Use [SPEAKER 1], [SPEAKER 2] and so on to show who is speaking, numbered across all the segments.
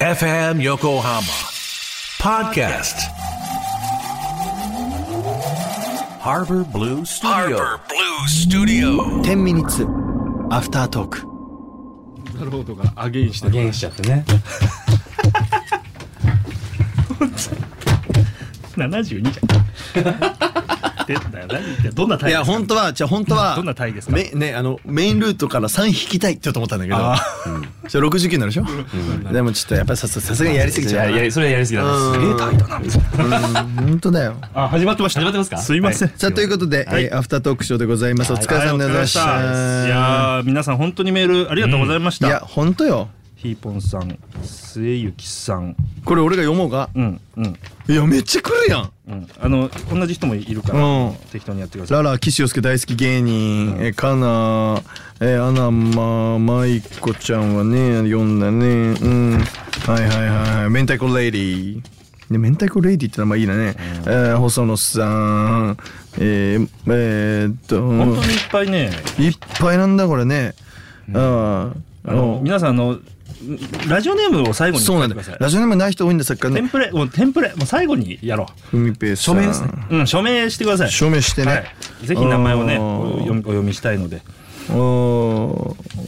[SPEAKER 1] FM Yokohama Podcast Harbor Blue Studio
[SPEAKER 2] Harbor Blue Studio.
[SPEAKER 3] 10ミニッツアフタートーク
[SPEAKER 4] なるほどがアゲインしてる
[SPEAKER 5] ゲインしちゃってね。
[SPEAKER 6] 72じゃん。出たよ何ってどんなタイ
[SPEAKER 3] い
[SPEAKER 6] プ
[SPEAKER 3] や本当はじゃあ本当は
[SPEAKER 6] どんな体位ですか
[SPEAKER 3] めねあのメインルートから3引きたいって思ったんだけ
[SPEAKER 6] あ
[SPEAKER 3] ど、うん、それ69になるでしょ、うん、でもちょっとやっぱりさささすがにやりすぎちゃう
[SPEAKER 5] いやいやそれはやりすぎだ
[SPEAKER 3] うん
[SPEAKER 5] ね。すげえタイトなみたいな。
[SPEAKER 3] 本当だよ
[SPEAKER 6] あ始まってました
[SPEAKER 5] 始まってますか
[SPEAKER 6] すいません、
[SPEAKER 3] さあということで、えーアフタートークショーでございます、お疲れ様でございました、
[SPEAKER 6] はいお疲れ様でしたいやー皆さん本当にメールありがとうございまし
[SPEAKER 3] い
[SPEAKER 6] た、
[SPEAKER 3] や本当よ
[SPEAKER 6] ヒーポンさん末幸さん
[SPEAKER 3] これ俺が読もうが
[SPEAKER 6] うんうん
[SPEAKER 3] いやめっちゃ来るやん
[SPEAKER 6] うんあの同じ人もいるから、
[SPEAKER 3] うん
[SPEAKER 6] 適当にやってください
[SPEAKER 3] ララ岸洋介大好き芸人、えかなえアナママイコちゃんはね読んだねうんはいはいはいはい明太子レディね、明太子レディって名前いいなね、えー細野さんえー、えーっ
[SPEAKER 6] 本当
[SPEAKER 3] と
[SPEAKER 6] にいっぱいね
[SPEAKER 3] いっぱいなんだこれね、ああ
[SPEAKER 6] あの皆さんあのラジオネームを最後に
[SPEAKER 3] そうなん
[SPEAKER 6] 書いてく
[SPEAKER 3] だ
[SPEAKER 6] さい
[SPEAKER 3] ラジオネームない人多いんださっきから
[SPEAKER 6] テ
[SPEAKER 3] ね
[SPEAKER 6] ンプレもうテンプレもう最後にやろ
[SPEAKER 3] ふみぺいさん
[SPEAKER 5] 署名ですね
[SPEAKER 6] ううん署名してください
[SPEAKER 3] 署名してね、
[SPEAKER 6] はい、ぜひ名前をね
[SPEAKER 3] あー
[SPEAKER 6] お読みお読みしたいので
[SPEAKER 3] おー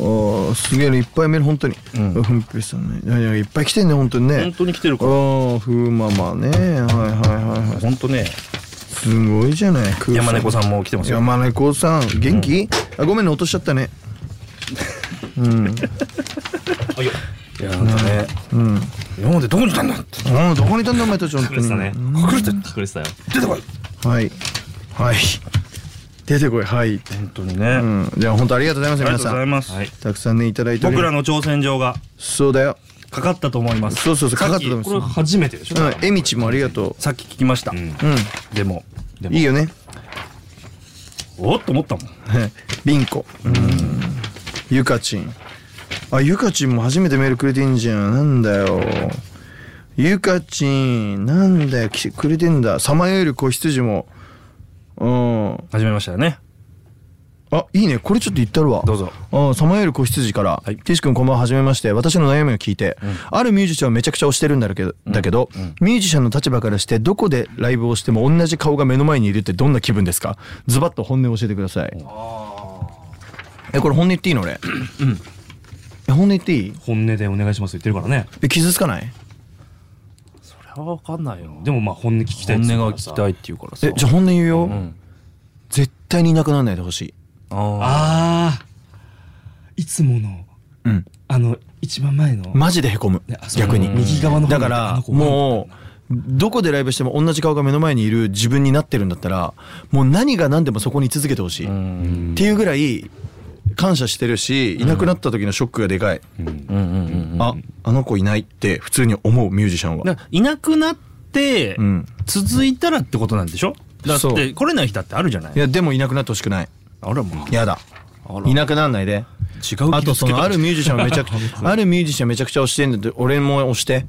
[SPEAKER 3] おーすげえねいっぱいメール本当に、うん、ふんぺいさんねいやいやいっぱい来てんね本当にね
[SPEAKER 6] 本当に来てるから
[SPEAKER 3] ああふうママねはいはいはいはい
[SPEAKER 6] 本当ね
[SPEAKER 3] すごいじゃない空
[SPEAKER 6] 山猫さんも来てますよ
[SPEAKER 3] 山猫さん元気、あごめんね落としちゃったね
[SPEAKER 6] いやなんかね、うん、今までどこにいたんだって
[SPEAKER 3] うんどこにいたんだお前たち本当に
[SPEAKER 5] 隠れてたね。隠れて隠れてたよ。
[SPEAKER 6] 出てこい
[SPEAKER 3] はいはい出てこいはい、
[SPEAKER 6] 本当にね、あ
[SPEAKER 3] うん、じゃあ本当ありがとうございます
[SPEAKER 6] りがと
[SPEAKER 3] 皆
[SPEAKER 6] うご
[SPEAKER 3] さ
[SPEAKER 6] ざい
[SPEAKER 3] ん
[SPEAKER 6] ます、
[SPEAKER 5] はい
[SPEAKER 3] たくさんねいただいており
[SPEAKER 6] 僕らの挑戦状が
[SPEAKER 3] そうだよ
[SPEAKER 6] かかったと思います
[SPEAKER 3] そうそうそうかかったと思い
[SPEAKER 5] これ
[SPEAKER 3] ま
[SPEAKER 5] 初めてでしょ。
[SPEAKER 3] すうんえみちもありがと
[SPEAKER 6] さっき聞きました、
[SPEAKER 3] ううん
[SPEAKER 6] でも
[SPEAKER 5] でも
[SPEAKER 3] いいよね
[SPEAKER 6] おっと思ったもん
[SPEAKER 3] はいビンコうんゆかちんあゆかちんも初めてメールくれてんじゃんなんだよゆかちんなんだよ来てくれてんださまよえる子羊もうん
[SPEAKER 6] 始めましたよね
[SPEAKER 3] あいいねこれちょっと言ったるわ
[SPEAKER 6] どうぞ
[SPEAKER 3] うんさまよえる子羊から、
[SPEAKER 6] はい
[SPEAKER 3] 岸君こんばんははじめまして私の悩みを聞いて、あるミュージシャンをめちゃくちゃ推してるんだけど,、だけどミュージシャンの立場からしてどこでライブをしても同じ顔が目の前にいるってどんな気分ですかズバッと本音を教えてくださいえこれ本音言っていいの俺え本音言っていい
[SPEAKER 5] 本音でお願いしますって言ってるからね。
[SPEAKER 3] え傷つかない
[SPEAKER 6] それは分かんないよ
[SPEAKER 5] でもまあ本音聞きたいっ
[SPEAKER 6] 本
[SPEAKER 5] つう
[SPEAKER 6] 音
[SPEAKER 5] か
[SPEAKER 6] が
[SPEAKER 5] ら
[SPEAKER 6] 聞
[SPEAKER 5] さ
[SPEAKER 6] きたいっていうからさ
[SPEAKER 3] えじゃあ本音言うよ、
[SPEAKER 6] ん
[SPEAKER 3] 絶対にいなくならないでほしい
[SPEAKER 6] あ
[SPEAKER 5] ああ。いつもの
[SPEAKER 3] うん
[SPEAKER 5] あの一番前の
[SPEAKER 3] マジでへこむ
[SPEAKER 5] ねあそう
[SPEAKER 3] 逆に
[SPEAKER 5] 右側の方
[SPEAKER 3] だか
[SPEAKER 5] あ
[SPEAKER 3] ら
[SPEAKER 5] の子
[SPEAKER 3] もうどこでライブしても同じ顔が目の前にいる自分になってるんだったらもう何が何でもそこに居続けてほしいっていうぐらい感謝してるしいなくなった時のショックがでかい、ああの子いないって普通に思うミュージシャンは、
[SPEAKER 6] だからいなくなって
[SPEAKER 3] うん、
[SPEAKER 6] 続いたらってことなんでしょだっ
[SPEAKER 3] そう
[SPEAKER 6] て来れない日だってあるじゃない
[SPEAKER 3] いやでもいなくなってほしくない
[SPEAKER 6] あらもう
[SPEAKER 3] やだいなくなんないで
[SPEAKER 6] 違う
[SPEAKER 3] あとそのあるミュージシャンめ ちゃくあるミュージシャンめちゃくちゃ推してんだって俺も推して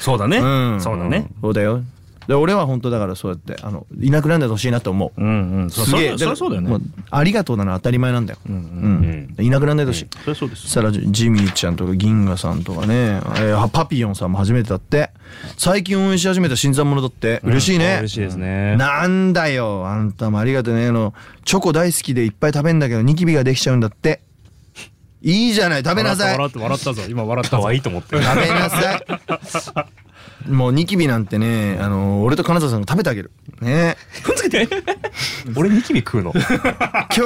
[SPEAKER 6] そうだね、
[SPEAKER 3] うん
[SPEAKER 6] そうだね
[SPEAKER 3] そうだよで俺は本当だからそうやってあのいなくなんでほしいなと思う、
[SPEAKER 6] うんうんそ
[SPEAKER 3] すげえ
[SPEAKER 6] そりゃそうだよね
[SPEAKER 3] もうありがとうなのは当たり前なんだよ、うんいなくなんないだし、
[SPEAKER 6] そりゃそうです
[SPEAKER 3] さらにジミーちゃんとか銀河さんとかね、えーパピヨンさんも初めてだって最近応援し始めた新参者だって嬉しいね、
[SPEAKER 5] 嬉しいですね。
[SPEAKER 3] なんだよあんたもありがとうねあのチョコ大好きでいっぱい食べんだけどニキビができちゃうんだっていいじゃない食べなさい
[SPEAKER 6] 笑
[SPEAKER 3] 食
[SPEAKER 6] った笑ったぞ今笑った
[SPEAKER 5] 可
[SPEAKER 6] ぞ
[SPEAKER 5] 愛いと思ってる。
[SPEAKER 3] べなさ いもうニキビなんてねあの俺と金沢さんが食べてあげるね
[SPEAKER 5] ふんつけて。 俺ニキビ食うの。
[SPEAKER 3] 今日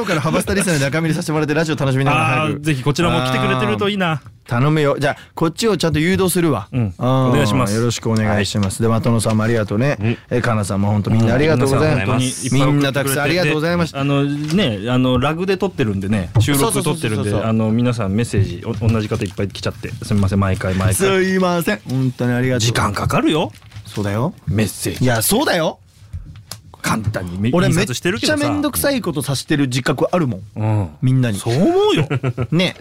[SPEAKER 3] からハバスタリスナーで中身にさせてもらってラジオ楽しみながら
[SPEAKER 6] あ
[SPEAKER 3] 入
[SPEAKER 6] ー
[SPEAKER 3] る
[SPEAKER 6] ぜひこちらも来てくれてるといいな
[SPEAKER 3] 頼むよじゃあこっちをちゃんと誘導するわ、
[SPEAKER 6] うん
[SPEAKER 3] あー
[SPEAKER 6] お願いします
[SPEAKER 3] よろしくお願いします、で的野さんもありがとうね、えかなさんも本当みんなありがとうござい
[SPEAKER 6] 本当
[SPEAKER 3] ま
[SPEAKER 6] に
[SPEAKER 3] す
[SPEAKER 6] いっぱい送ってくれて
[SPEAKER 3] みんなたくさんありがとうございました
[SPEAKER 6] であのね、あのラグで撮ってるんでね、収
[SPEAKER 3] そうそうそう
[SPEAKER 6] 録撮
[SPEAKER 3] そう
[SPEAKER 6] ってるんで、
[SPEAKER 3] そうそう
[SPEAKER 6] あの皆さんメッセージお同じ方いっぱい来ちゃって、すみません毎回毎回。
[SPEAKER 3] すいません本当にありがとう
[SPEAKER 6] 時間かかるよ。
[SPEAKER 3] そうだよ
[SPEAKER 6] メッセー
[SPEAKER 3] い
[SPEAKER 6] ジ
[SPEAKER 3] やそうだよ
[SPEAKER 6] 簡単にみ
[SPEAKER 3] 俺
[SPEAKER 6] 印
[SPEAKER 3] めっ
[SPEAKER 6] 刷してるけ
[SPEAKER 3] ち
[SPEAKER 6] ど
[SPEAKER 3] ゃ
[SPEAKER 6] さ。
[SPEAKER 3] めんどくさいことさしてる自覚あるもん
[SPEAKER 6] うん。
[SPEAKER 3] みんなに
[SPEAKER 6] そう思 うよ。
[SPEAKER 3] ね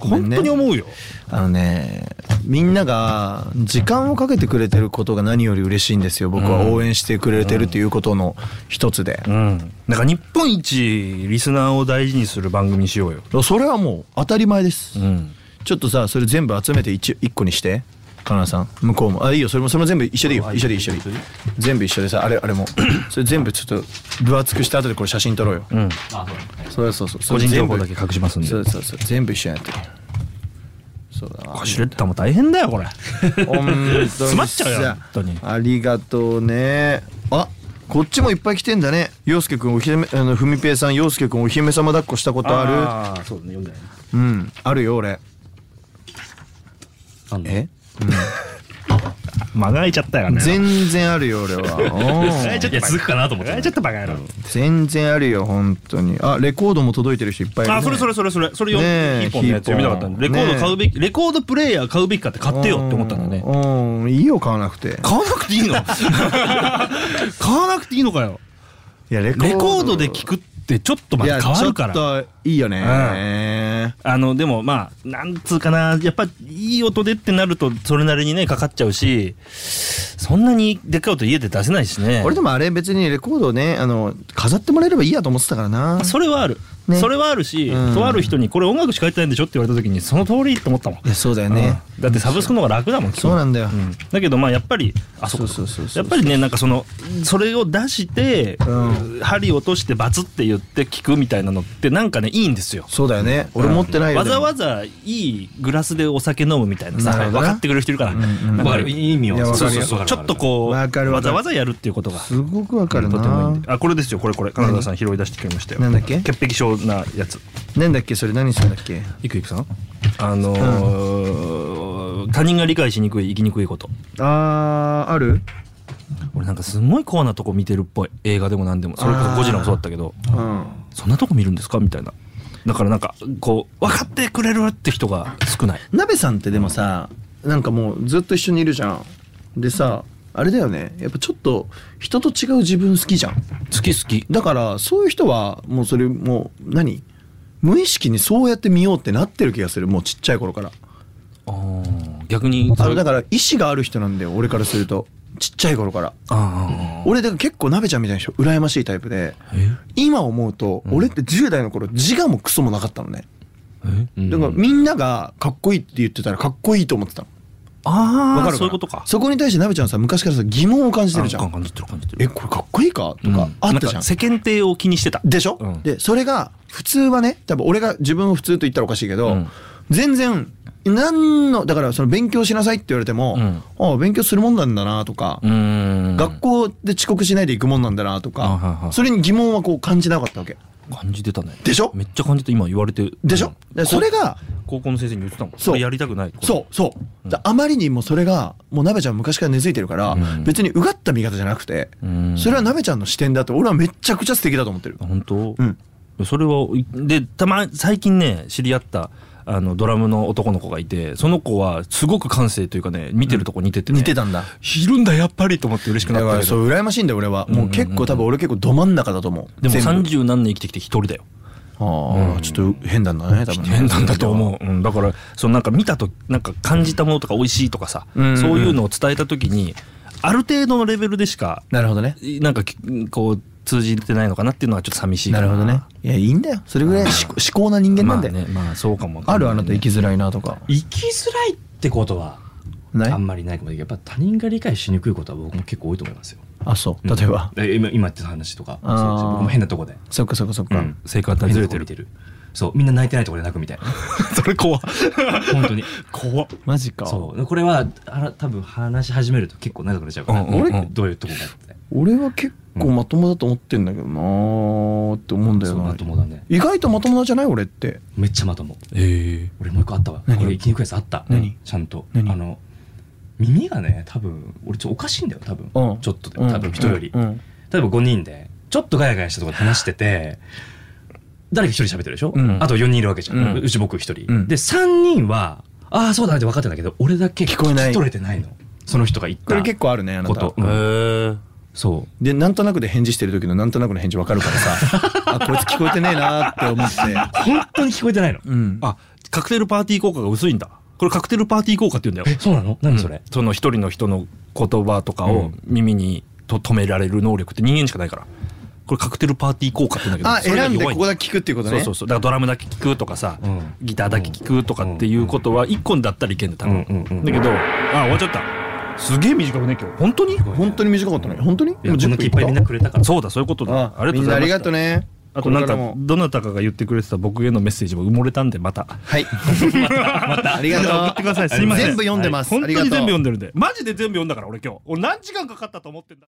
[SPEAKER 3] ごめ
[SPEAKER 6] 本
[SPEAKER 3] んね
[SPEAKER 6] 当に思うよ。
[SPEAKER 3] あのねみんなが時間をかけてくれてることが何より嬉しいんですよ僕は応援してくれてるということの一つで
[SPEAKER 6] う、ん。なんか日本一リスナーを大事にする番組にしようよ。
[SPEAKER 3] それはもう当たり前です、
[SPEAKER 6] うん。
[SPEAKER 3] ちょっとさそれ全部集めて 1, 一個にしてかなさん向こうもあいいよそれもそれも全部一緒でいいよ一緒でいい一緒でいい全部一緒でさあれあれも それ全部ちょっと分厚くして後でこれ写真撮ろうよ、
[SPEAKER 6] うん。
[SPEAKER 3] そうそうそう
[SPEAKER 6] 個人情報だけ隠しますんで
[SPEAKER 3] そうそうそう全部一緒にやってそうだな
[SPEAKER 6] こしれったも大変だよこれ。
[SPEAKER 3] 本当にさ
[SPEAKER 6] 詰まっちゃうよ本当に
[SPEAKER 3] ありがとうねあこっちもいっぱい来てんだね陽介くんおひめあのふみぺいさん陽介くんお姫様抱っこしたことある
[SPEAKER 6] ああ、そうね読んでない。
[SPEAKER 3] うんあるよ俺
[SPEAKER 5] あんの
[SPEAKER 3] え
[SPEAKER 6] 間が空いちゃったよね。
[SPEAKER 3] 全然あるよ俺 はうん
[SPEAKER 5] いや続くかなと思っ
[SPEAKER 6] 間が空
[SPEAKER 5] て
[SPEAKER 6] いちゃったバカ野郎。
[SPEAKER 3] 全然あるよ本当にあレコードも届いてる人いっぱいいる、ね、
[SPEAKER 6] あ、それそれそれそれ、それ
[SPEAKER 3] ねえ
[SPEAKER 6] 読ヒーポンのやつ読みたかったんでレコード買うべき、レコードプレイヤー買うべきかって買ってよって思ったんだよね。
[SPEAKER 3] うんうんいいよ買わなくて
[SPEAKER 6] 買わなくていいの買わなくていいのかよ。
[SPEAKER 3] いやレ
[SPEAKER 6] レコードで聞くってちょっとま
[SPEAKER 3] い
[SPEAKER 6] た
[SPEAKER 3] や
[SPEAKER 6] 変わるから
[SPEAKER 3] ち。ょっといいよね、
[SPEAKER 6] あのでもまあなんつうかなやっぱいい音でってなるとそれなりにねかかっちゃうしそんなにでっかい音家で出せないしね
[SPEAKER 3] 俺でもあれ別にレコードねあの飾ってもらえればいいやと思ってたからな
[SPEAKER 6] それはある、
[SPEAKER 3] ね
[SPEAKER 6] それはあるし、
[SPEAKER 3] うん
[SPEAKER 6] とある人に「これ音楽しかやってないんでしょ?」って言われた時にその通りと思ったもん
[SPEAKER 3] いやそうだよね、
[SPEAKER 6] うんだってサブスクの方が楽だもん
[SPEAKER 3] そうなんだよ、
[SPEAKER 6] うんだけどまあやっぱりあそうか
[SPEAKER 3] そうそうそうそう
[SPEAKER 6] やっぱりねなんかそのそれを出して、
[SPEAKER 3] う
[SPEAKER 6] 針落としてバツって言って聞くみたいなのってなんかねいいんですよ
[SPEAKER 3] そうだよね俺持ってないよ
[SPEAKER 6] わざわ
[SPEAKER 3] ざ
[SPEAKER 6] ざいいグラスでお酒飲むみたいなさ
[SPEAKER 3] なるほ
[SPEAKER 6] 分
[SPEAKER 3] どな
[SPEAKER 6] かってくれる人いるから、なん
[SPEAKER 5] わかる意味
[SPEAKER 3] いやわ
[SPEAKER 5] を
[SPEAKER 3] か
[SPEAKER 5] そう
[SPEAKER 3] る
[SPEAKER 5] そ
[SPEAKER 3] よ
[SPEAKER 5] うそう
[SPEAKER 6] ちょっとこう
[SPEAKER 3] わかるわ
[SPEAKER 6] わ
[SPEAKER 3] かる
[SPEAKER 6] ざわざやるっていうことが
[SPEAKER 3] すごくわかる
[SPEAKER 6] とてもいい
[SPEAKER 3] なん
[SPEAKER 6] であこれですよこれこれ金沢さん拾い出してくれましたよ
[SPEAKER 3] なんだっけ
[SPEAKER 6] 潔癖症なやつ
[SPEAKER 3] なんだっけそれ何するんだっけ
[SPEAKER 6] いくいくさんあのー他人が理解しにくい生きにくいこと
[SPEAKER 3] あーある
[SPEAKER 6] 俺なんかすごいコアなとこ見てるっぽい映画でも何でもそれこそゴジラもそうだったけど
[SPEAKER 3] うん
[SPEAKER 6] そんなとこ見るんですかみたいなだからなんかこう分かってくれるって人が少ない
[SPEAKER 3] 鍋さんってでもさなんかもうずっと一緒にいるじゃんでさあれだよねやっぱちょっと人と違う自分好きじゃん
[SPEAKER 6] 好き好き
[SPEAKER 3] だからそういう人はもうそれもう何無意識にそうやって見ようってなってる気がするもうちっちゃい頃から
[SPEAKER 6] あー逆に
[SPEAKER 3] あのだ
[SPEAKER 6] か
[SPEAKER 3] から意志がある人なんだよ俺からするとちっちゃい頃から
[SPEAKER 6] あ
[SPEAKER 3] 俺だから結構鍋ちゃんみたいな人羨ましいタイプで
[SPEAKER 6] ーえ
[SPEAKER 3] 今思うと俺って10代の頃自我もクソもなかったのね
[SPEAKER 6] え
[SPEAKER 3] だからみんながかっこいいって言ってたらかっこいいと思ってたの
[SPEAKER 6] あ
[SPEAKER 3] わ
[SPEAKER 6] あ
[SPEAKER 3] かるかな
[SPEAKER 6] そういうことか
[SPEAKER 3] そこに対して鍋ちゃんさ昔からさ疑問を感じてるじゃ
[SPEAKER 6] あ
[SPEAKER 3] ん
[SPEAKER 6] 感じてる感じてる
[SPEAKER 3] えこれかっこいいかとかあったじ
[SPEAKER 6] な
[SPEAKER 3] ゃん
[SPEAKER 6] か世間体を気にしてた
[SPEAKER 3] でしょ、
[SPEAKER 6] うん
[SPEAKER 3] でそれが普通はね多分俺が自分を普通と言ったらおかしいけど、
[SPEAKER 6] うん
[SPEAKER 3] 全然何のだからその勉強しなさいって言われても、
[SPEAKER 6] うん
[SPEAKER 3] ああ勉強するもんなんだなとか、
[SPEAKER 6] うーん
[SPEAKER 3] 学校で遅刻しないで行くもんなんだなとか、
[SPEAKER 6] あはいはい
[SPEAKER 3] それに疑問はこう感じなかったわけ
[SPEAKER 6] 感じてたね
[SPEAKER 3] でしょ
[SPEAKER 6] めっちゃ感じて今言われて
[SPEAKER 3] でしょ、
[SPEAKER 6] うん
[SPEAKER 3] でそれが
[SPEAKER 6] 高校の先生に言ってたもん
[SPEAKER 3] そう
[SPEAKER 6] これやりたくない
[SPEAKER 3] そうそう、だあまりにもそれがもうなべちゃん昔から根付いてるから、
[SPEAKER 6] うん
[SPEAKER 3] 別にうがった見方じゃなくて、
[SPEAKER 6] うん
[SPEAKER 3] それはなべちゃんの視点だと俺はめっちゃくちゃ素敵だと思ってる
[SPEAKER 6] う、本当
[SPEAKER 3] うん
[SPEAKER 6] それはいでたま最近ね知り合ったあのドラムの男の子がいてその子はすごく感性というかね見てるとこ似てて、ね
[SPEAKER 3] 似てたんだ
[SPEAKER 6] いるんだやっぱりと思って嬉しく
[SPEAKER 3] だ
[SPEAKER 6] な
[SPEAKER 3] か
[SPEAKER 6] った
[SPEAKER 3] ら
[SPEAKER 6] け
[SPEAKER 3] そ
[SPEAKER 6] ど
[SPEAKER 3] う羨ましいんだよ俺はもう結構多分俺結構ど真ん中だと思う
[SPEAKER 6] でも
[SPEAKER 3] 全部
[SPEAKER 6] 30何年生きてきて一人だよ
[SPEAKER 3] ああちょっと変なんだね多分ね
[SPEAKER 6] 変なんだと思う、うん、だからそのなんか見たとなんか感じたものとか美味しいとかさ、
[SPEAKER 3] うんうん
[SPEAKER 6] そういうのを伝えた時にある程度のレベルでしか
[SPEAKER 3] なるほどね
[SPEAKER 6] なんかきこう通じてないのかなっていうのはちょっと寂しいか
[SPEAKER 3] なるほどねいやいいんだよそれぐらい思考思考な人間な
[SPEAKER 6] まあ
[SPEAKER 3] んだよ、
[SPEAKER 6] ねまあそうかもわか
[SPEAKER 3] あ
[SPEAKER 6] ん
[SPEAKER 3] る
[SPEAKER 6] ない
[SPEAKER 3] あ
[SPEAKER 6] ね
[SPEAKER 3] なた生きづらいなとか
[SPEAKER 5] 生きづらいってことは
[SPEAKER 3] ない
[SPEAKER 5] あんまりないかもだけどやっぱ他人が理解しにくいことは僕も結構多いと思いますよ
[SPEAKER 3] あそう例えば、
[SPEAKER 5] うんだから今今言ってた話とか
[SPEAKER 3] あー
[SPEAKER 5] そうです僕も変なとこで
[SPEAKER 3] そっかそっかそっか、
[SPEAKER 5] うん
[SPEAKER 6] 生活がずれてる
[SPEAKER 5] 変なとこ見てるそうみんな泣いてないところで泣くみたいな
[SPEAKER 6] それ怖っ
[SPEAKER 5] 本当に
[SPEAKER 6] 怖っ
[SPEAKER 3] マジか
[SPEAKER 5] そうこれはあら多分話し始めると結構長くなっちゃうから、
[SPEAKER 6] うんうんうん
[SPEAKER 5] 俺どういうとこかって
[SPEAKER 3] 俺は結構まともだと思ってんだけどなーって思うんだ
[SPEAKER 5] そ
[SPEAKER 3] よ
[SPEAKER 5] う
[SPEAKER 3] な
[SPEAKER 5] まともだね
[SPEAKER 3] 意外とまともなんじゃない俺って
[SPEAKER 5] めっちゃまとも
[SPEAKER 6] え
[SPEAKER 5] 俺もう一個あったわこ
[SPEAKER 3] 何
[SPEAKER 5] れ生きにくいやつあった
[SPEAKER 3] 何
[SPEAKER 5] ちゃんとあ
[SPEAKER 3] 何
[SPEAKER 5] の耳がね多分俺ちょっとおかしいんだよ多分
[SPEAKER 3] うん
[SPEAKER 5] ちょっとで多分人より
[SPEAKER 3] うんうん
[SPEAKER 5] 例えば5人でちょっとガヤガヤしたとこで話してて誰か1人喋ってるでしょ、
[SPEAKER 3] うん
[SPEAKER 5] あと4人いるわけじゃん、
[SPEAKER 3] う
[SPEAKER 5] うんち僕1人、
[SPEAKER 3] うん
[SPEAKER 5] で3人はああそうだねって分かってんだけど俺だけ聞
[SPEAKER 3] こえない
[SPEAKER 5] き取れてないのその人が言っ
[SPEAKER 3] こ
[SPEAKER 5] た
[SPEAKER 3] れ結構あるねあな
[SPEAKER 5] こ
[SPEAKER 3] た
[SPEAKER 5] と、うんそう
[SPEAKER 3] でなんとなくで返事してる時のなんとなくの返事わかるから さあこいつ聞こえてねえなーって思って
[SPEAKER 5] 本当に聞こえてないの
[SPEAKER 3] うん
[SPEAKER 6] あカクテルパーティー効果が薄いんだこれカクテルパーティー効果って言うんだ
[SPEAKER 5] え
[SPEAKER 6] よ
[SPEAKER 5] そうなの何それ、
[SPEAKER 6] その一人の人の言葉とかを耳にと止められる能力って人間しかないからこれカクテルパーティー効果って言うんだ
[SPEAKER 3] あ
[SPEAKER 6] けどそれが
[SPEAKER 3] 選んで
[SPEAKER 6] 弱
[SPEAKER 3] こ
[SPEAKER 6] い
[SPEAKER 3] こだけ聞くっていうこと
[SPEAKER 6] そう
[SPEAKER 3] ね
[SPEAKER 6] そうそうだからドラムだけ聞くとかさ、
[SPEAKER 5] うん
[SPEAKER 6] ギターだけ聞くとかっていうことは1個だったらいけんだ多分、
[SPEAKER 5] うんうんうん
[SPEAKER 6] だけどあ終わっちゃったすげえ短くね今日本当に
[SPEAKER 3] 本当に短かったね本当に
[SPEAKER 5] いやこん
[SPEAKER 3] 10
[SPEAKER 5] な
[SPEAKER 3] 分
[SPEAKER 5] きいっぱいみんなくれたから
[SPEAKER 6] そうだそういうことだ
[SPEAKER 3] あ
[SPEAKER 6] あり
[SPEAKER 3] み
[SPEAKER 6] がと
[SPEAKER 3] なありがとう
[SPEAKER 6] うんございました
[SPEAKER 3] ね
[SPEAKER 6] あと
[SPEAKER 3] こ
[SPEAKER 6] なん
[SPEAKER 3] れ
[SPEAKER 6] から
[SPEAKER 3] も
[SPEAKER 6] どなたかが言ってくれてた僕へのメッセージも埋もれたんでまた
[SPEAKER 3] はい ありがとう
[SPEAKER 6] 送ってくださいすいません
[SPEAKER 3] 全部読んでます
[SPEAKER 6] はい
[SPEAKER 3] あり
[SPEAKER 6] 本
[SPEAKER 3] がとう
[SPEAKER 6] 当に全部読んでるんでマジで全部読んだから俺今日俺何時間かかったと思ってんだ